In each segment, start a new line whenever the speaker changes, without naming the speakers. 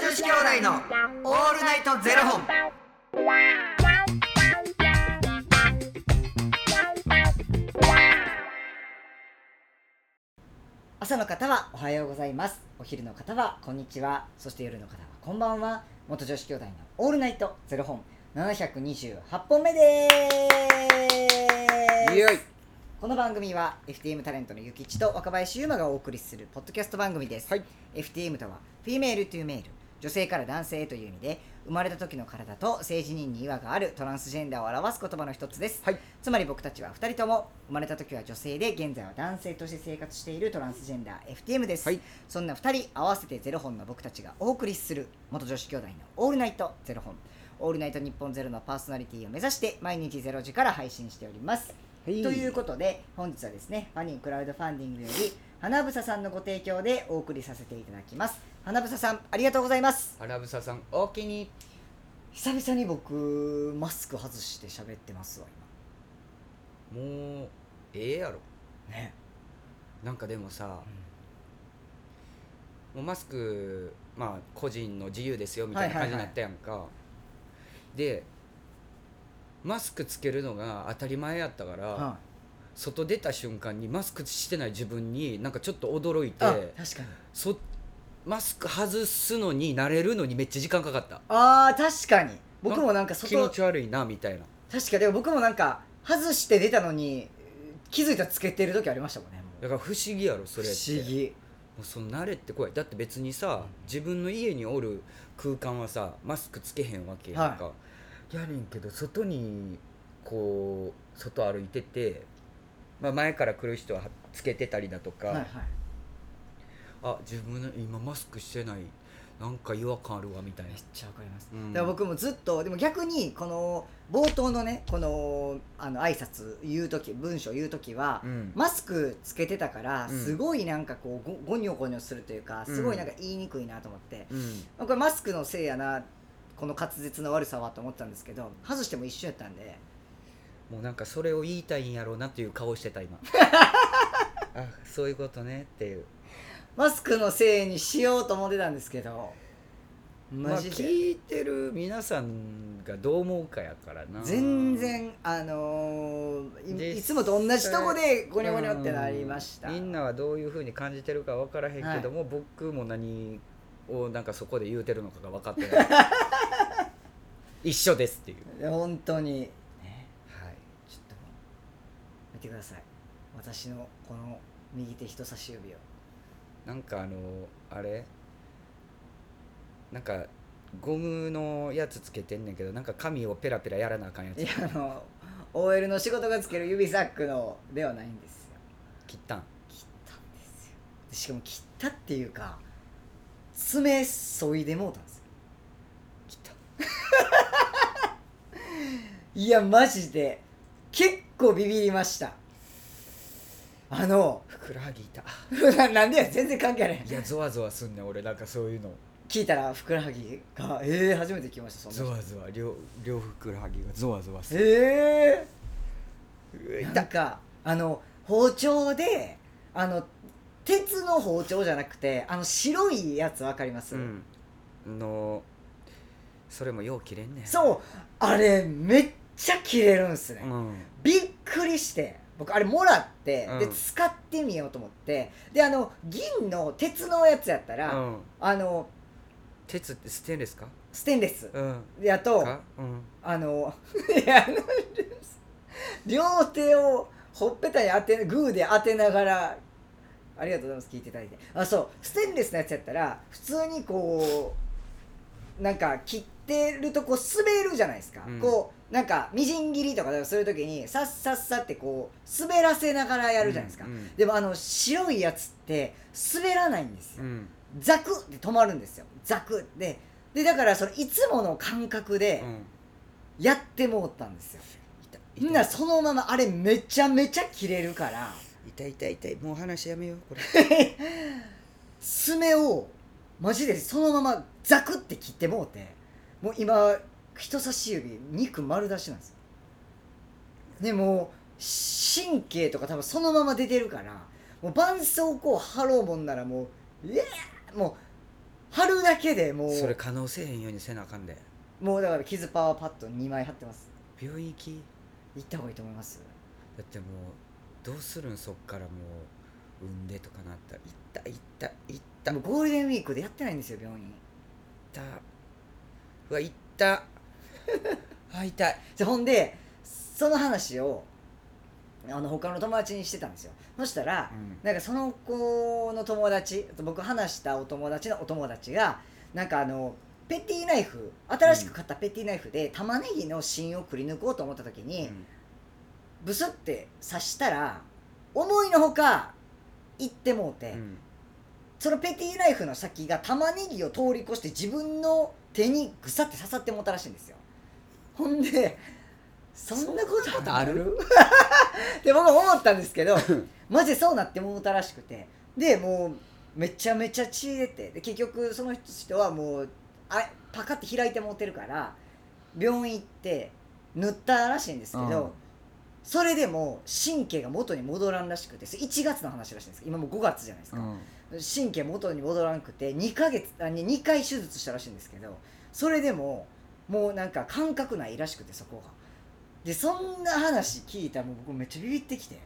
子兄弟のオールナイトゼロ本。
朝の方はおはようございますお昼の方はこんにちはそして夜の方はこんばんは元女子兄弟のオールナイトゼロ本728本目です
イエイ
この番組は FTM タレントのゆきちと若林優馬がお送りするポッドキャスト番組です、
はい
FTM とはフィメールトゥーメール女性から男性へという意味で生まれた時の体と性自認に違和があるトランスジェンダーを表す言葉の一つです、
はい
つまり僕たちは2人とも生まれた時は女性で現在は男性として生活しているトランスジェンダー FTM です、
はい
そんな2人合わせてゼロ本の僕たちがお送りする元女子兄弟の「オールナイトゼロ本」「オールナイト日本ゼロのパーソナリティを目指して毎日ゼロ時から配信しております、
はい
ということで本日はですねファニークラウドファンディングより花房さんのご提供でお送りさせていただきます花房さんありがとうございます
花房さんおおきに
久々に僕マスク外して喋ってますわ
もうええやろ
今ね
なんかでもさ、もうマスクまあ個人の自由ですよみたいな
は
感
い
じ
はいはい
になったやんか、でマスクつけるのが当たり前やったから、
は
外出た瞬間にマスクしてない自分になんかちょっと驚い
い、あ
て
確かに
そマスク外すのに慣れるのにめっちゃ時間かかった
あー確かに僕もなんか
気持
外
ち悪いなみたいな
確かでも僕もなんか外して出たのに気づいたらつけてる時ありましたもんねもう
だから不思議やろそ
不
れって
思議
もうその慣れって怖いだって別にさ自分の家におる空間はさマスクつけへんわけやんか、やねんけど外にこう外歩いてて、まあ、前から来る人はつけてたりだとか、
はいはい
あ自分の今マスクしてないなんか違和感あるわみたいな
めっちゃわかります、
うん
だから僕もずっとでも逆にこの冒頭のねこのあの挨拶言う時文章言う時は、
うん
マスクつけてたから
うん
すごいなんかこうごごにょごにょするというかすごいなんか言いにくいなと思って、
うん
まあこれマスクのせいやなこの滑舌の悪さはと思ったんですけど外しても一緒やったんで
もうなんかそれを言いたいんやろうなっていう顔して た今あそういうことねっていう
マスクのせいにしようと思ってたんですけど
ま
マ
あ
ジで、
聞いてる皆さんがどう思うかやからな
全然あのー
実
い
際
いつもと同じとこでゴニョゴニョってなりました、
うんみんなはどういうふうに感じてるか分からへんけども、僕も何をなんかそこで言うてるのかが分かっ てない一緒ですっていう、
本当にね
はい、
ちょっと見てください私のこの右手人差し指を
なんかあのあれなんかゴムのやつつけてんねんけどなんか髪をペラペラやらなあかんやつ
いやあの OL の仕事がつける指サックのではないんですよ
切ったん
切ったんですよでしかも切ったっていうか爪そいでもうたんですよ
切っ
いやマジで結構ビビりましたあの
たふくらはぎいた
ななんでや全然関係ない
いやゾワゾワすんねん俺なんかそういうの
聞いたらふくらはぎがええー、初めて聞きましたそん
ゾ
な
ワゾワ両両ふくらはぎがゾワゾワする
え
う
え
わ
ー、
痛
な
っ
んかあの包丁であの鉄の包丁じゃなくてあの白いやつわかります、
うん、のそれもよう切れんねん
そうあれめっちゃ切れるんすね、
うん、
びっくりして僕あれもらって、
うん
で使ってみようと思ってであの銀の鉄のやつやった
う
ら、
ん、
あの
鉄ってステンレスか
ステンレス
うん
であと
かうん
あの いやあの両手をほっぺたに当てグーで当てながらありがとうございます聞いていただいてあそうステンレスのやつやったら普通にこうなんか切ってるとこう滑るじゃないですか、
うん
こうなんかみじん切りとかそういう時にさっさっさってこう滑らせながらやるじゃないですか、
うんうん
でもあの白いやつって滑らないんですよ、
うん
ザクって止まるんですよザクででだからそのいつもの感覚で、
うん
やってもうたんですよ
痛い
みんなそのままあれめちゃめちゃ切れるから
痛い痛い痛いもう話やめようこ れ
爪をマジでそのままザクって切ってもうてもう今人差し指肉丸出しなんですよでもう神経とか多分そのまま出てるからもう絆創膏貼ろうもんならもうええもう貼るだけでもう
それ可能せえへんようにせなあかんで
もうだから傷パワーパッド2枚貼ってます
病院行き
行った方がいいと思います
だってもうどうするんそっからもう産んでとかなったら痛い痛い痛い痛い
もうゴールデンウィークでやってないんですよ病院
痛いうわ痛 っあ痛い
じゃほんでその話をあの他の友達にしてたんですよそしたら、
うん
なんかその子の友達僕話したお友達のお友達がなんかあのペティナイフ新しく買ったペティナイフで玉ねぎの芯をくり抜こうと思った時に、ブスって刺したら思いのほか行ってもうて、
うん
そのペティナイフの先が玉ねぎを通り越して自分の手にぐさって刺さってもうたらしいんですよほんでそんなこと
そんなことある
って僕思ったんですけどマジでそうなってもうたらしくてでもうめちゃめちゃ血出てで結局その人はもうあれパカって開いてもうてるから病院行って塗ったらしいんですけど、
うん
それでも神経が元に戻らんらしくてそれ1月の話らしいんです今もう5月じゃないですか、
うん
神経元に戻らなくて2ヶ月あに2回手術したらしいんですけどそれでももうなんか感覚ないらしくてそこがでそんな話聞いたらもう僕めっちゃビビってきて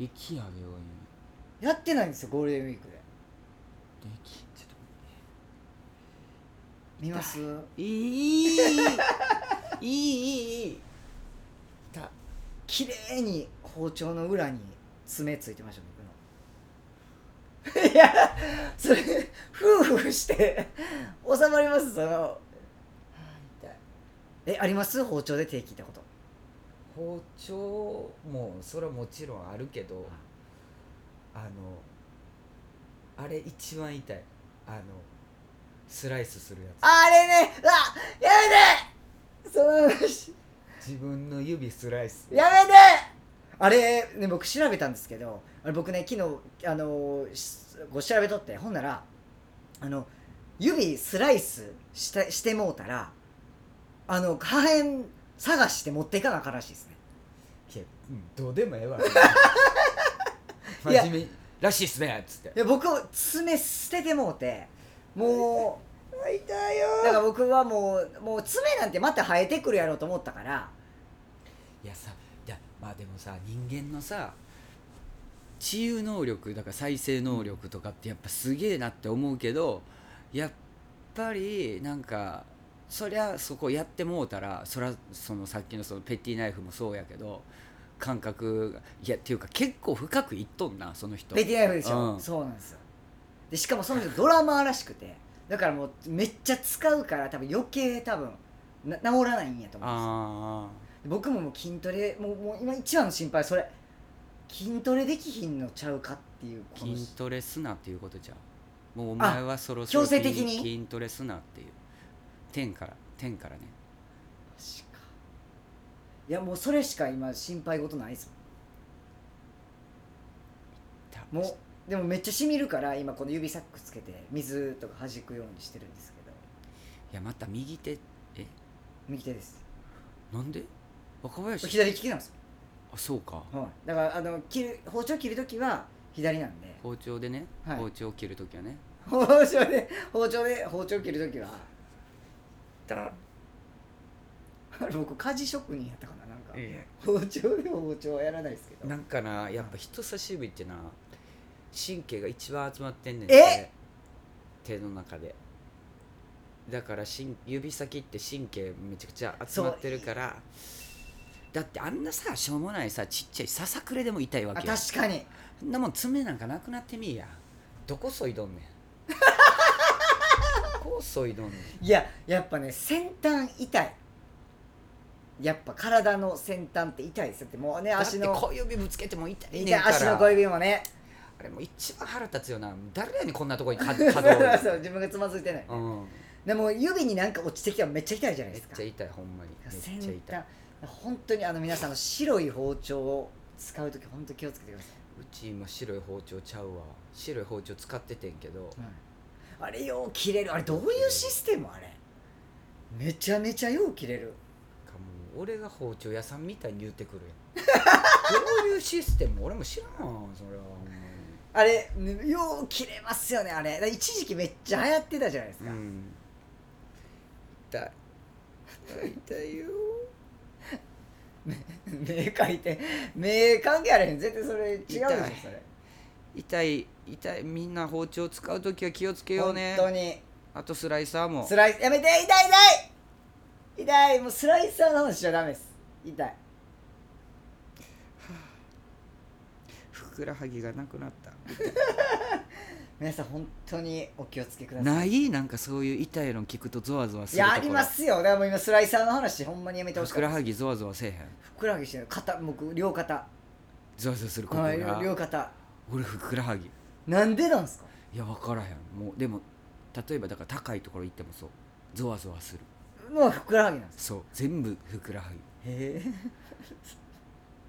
行きや病院
やってないんですよゴールデンウィークで
できちょっと
見ます
いいいいいいいい痛っ
綺麗に包丁の裏に爪ついてました僕の いやそれ夫婦して収まりますその
痛い
えあります包丁で手切ったこと
包丁もそれはもちろんあるけどあのあれ一番痛いあのスライスするや
あれねうわやめてその話
つ自分の指スライス
やめてあれ、ね、僕調べたんですけどあれ僕ね昨日あのしご調べとってほんならあの指スライスしたしてもうたらあの破片探して持っていかなあかんらしいですね
いやうんどうでもええ わ
いや
真面目らしいっすねっつって
いや僕爪捨ててもうても
痛いよ
うだから僕はもうもう爪なんてまた生えてくるやろうと思ったから
いやさいやまあでもさ人間のさ治癒能力だから再生能力とかってやっぱすげえなって思うけどやっぱりなんかそりゃそこやってもうたらそりゃそのさっきのそのペティナイフもそうやけど感覚がいやっていうか結構深くいっとんなその人
ベティナイフでしょ、
うん
そうなんですよでしかもその人ドラマーらしくてだからもうめっちゃ使うから多分余計多分な治らないんやと思うんで
あ
す僕ももう筋トレもうもう今一番の心配はそれ筋トレできひんのちゃうかっていう
あ
この
筋トレすなっていうことじゃんもうお前はそろそろ
強制的に
筋筋トレすなっていう天から天からね
しかいやもうそれしか今心配事ないですもんもうでもめっちゃしみるから今この指サックつけて水とか弾くようにしてるんですけど
いやまた右手え
右手です
なんで若林
左利きなんです
あそうか
よ、はい、だからあの切る包丁切るときは左なんで
包丁でね、
はい
包丁を切るときはね
包丁で包丁で包丁切るときは
だ
あれ僕鍛冶職人やったかななんか
いや
包丁で包丁はやらないですけど
なんかなやっぱ人差し指ってな神経が一番集まってんねん
え
手の中でだからしん指先って神経めちゃくちゃ集
そう
まってるからだってあんなさしょうもないさちっちゃいささくれでも痛いわ
あ
けよ
確かに
そんなもん爪なんかなくなってみいやどこそいど んねんこうそいどんねん
いややっぱね先端痛いやっぱ体の先端って痛いですだってもうね
だっ
足
て
の
小指ぶつけても痛い
痛
ね
い
んから
足の小指もね
あれもう一番腹立つよな誰やねんこんなとこにか
そう
稼
そう
働
そう自分がつまずいてない、
うん
でも指になんか落ちてきたらめっちゃ痛いじゃない
め
で
っ
すか
ちゃ痛いほんまにめっ
先
ちゃ痛
端
い
本当にあの皆さんあの白い包丁を使う時本当気をつけてください、
うち今白い包丁ちゃうわ白い包丁使っててんけど
あれよう切れるあれどういうシステムあれめちゃめちゃよう切れる
かもう俺が包丁屋 さんみたいに言うてくるやんどういうシステム俺も知らんそれはほんまに
あれよう切れますよねあれだから一時期めっちゃ流行ってたじゃないです
う
か、
ん痛い痛いよ
目描いて目関係あれへん絶対それ違うでしょ
痛い
それ
痛い痛いみんな包丁使う時は気をつけよう
本
ね
当に
あとスライサーも
スライスやめて痛い痛い痛いもうスライサーの話しちゃダメです痛い
ふくらはぎがなくなった
皆さん本当にお気をつけください
ないなんかそういう痛いの聞くとゾワゾワす
い
るとこ
や
ろ
ありますよだからもう今スライサーの話ほんまにやめてほし
ふ
か
く
った
らはぎゾワゾワせえへん
ふくらはぎしてる肩僕両肩
ゾワゾワするこ
は
と
い
が
両肩
俺ふくらはぎい
なんでなんですか
や分からへんもうでも例えばだから高いところ行ってもそうゾワゾワする
もうふくらはぎなんです
そう全部ふくらはぎ
へ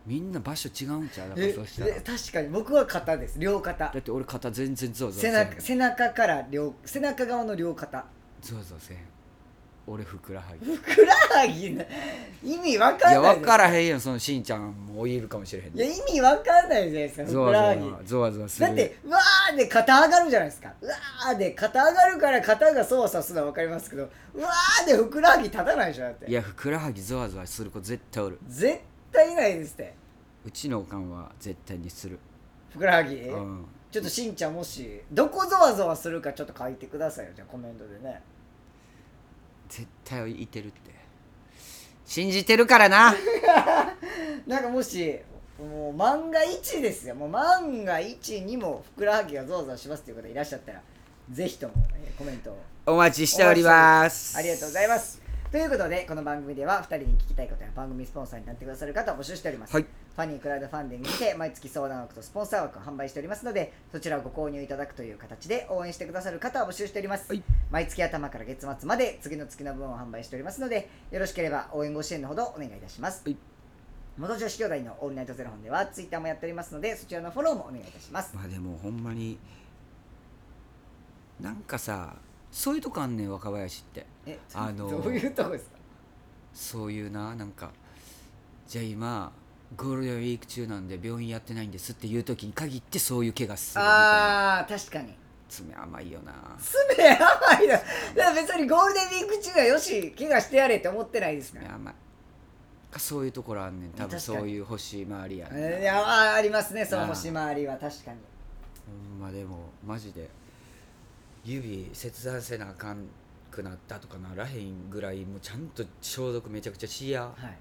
みんな場所違うんちゃうだから
え
そうしたら
え確かに僕は肩です両肩
だって俺肩全然ゾワゾワせ
背
えへん
中背中から両背中側の両肩
ゾワゾワせえへん俺ふくらはぎ
ふくらはぎな意味わか
い
ん
や
ない
分
です
からへんよそのしんちゃんもいるかもしれへん
いや意味わかんないじゃないですかふ
ゾ
くらは
ワ
ぎ
ゾワゾワゾワする
だってうわーで肩上がるじゃないですかうわーで肩上がるから肩がそわそわするのはわかりますけどうわーでふくらはぎ立たないでしょだって
いやふくらはぎゾワゾワする子絶対おる
絶対ないですって
うちのおかんは絶対にする
ふくらはぎ、
うん
ちょっとしんちゃんもしどこゾワゾワするかちょっと書いてくださいよじゃあコメントでね
絶対いてるって信じてるか らな
なんかもしもう漫画1ですよもう漫画1にもふくらはぎがゾワゾワしますっていう方いらっしゃったらぜひとも、えーコメントを
お待ちしております
ありがとうございますということでこの番組では2人に聞きたいことや番組スポンサーになってくださる方を募集しております、
はい
ファニークラウドファンディングにて毎月相談枠とスポンサー枠を販売しておりますのでそちらをご購入いただくという形で応援してくださる方を募集しております、
はい
毎月頭から月末まで次の月の分を販売しておりますのでよろしければ応援ご支援のほどお願いいたします、
はい
元女子兄弟のオールナイトゼロ本ではツイッターもやっておりますのでそちらのフォローもお願いいたします
まあでもほんまになんかさそういうとこあんねん若林って
え
あの
どういうとこですか
そういうななんかじゃあ今ゴールデンウィーク中なんで病院やってないんですっていう時に限ってそういう怪我するみたいな
あー確かに
爪甘いよな
爪甘いなだから別にゴールデンウィーク中はよし怪我してやれって思ってないですか
爪
ら
甘いそういうところあんねん多
確
分
かに
そういう星回りやねんな
えーいやあーありますねその星回りは確かに
ほんまでもマジで指切断せなあかんくなったとかならへんぐらいもうちゃんと消毒めちゃくちゃしや
はい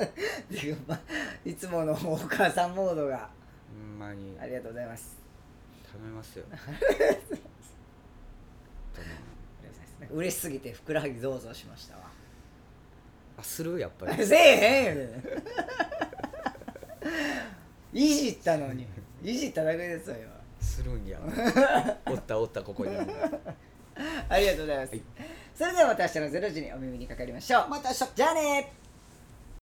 っていうまあ いつものお母さんモードが
ほんまに
ありがとうございます
頼みますよとね
ありがとうございますなんか嬉しすぎてふくらはぎゾウゾウしましたわ
あするやっ ぱり
せえへんよねいじったのにいじっただけですよ今
するんやおったおったここに
ありがとうございます、
はい
それではまた明日の0時にお耳にかかりましょうまた明日じゃあねー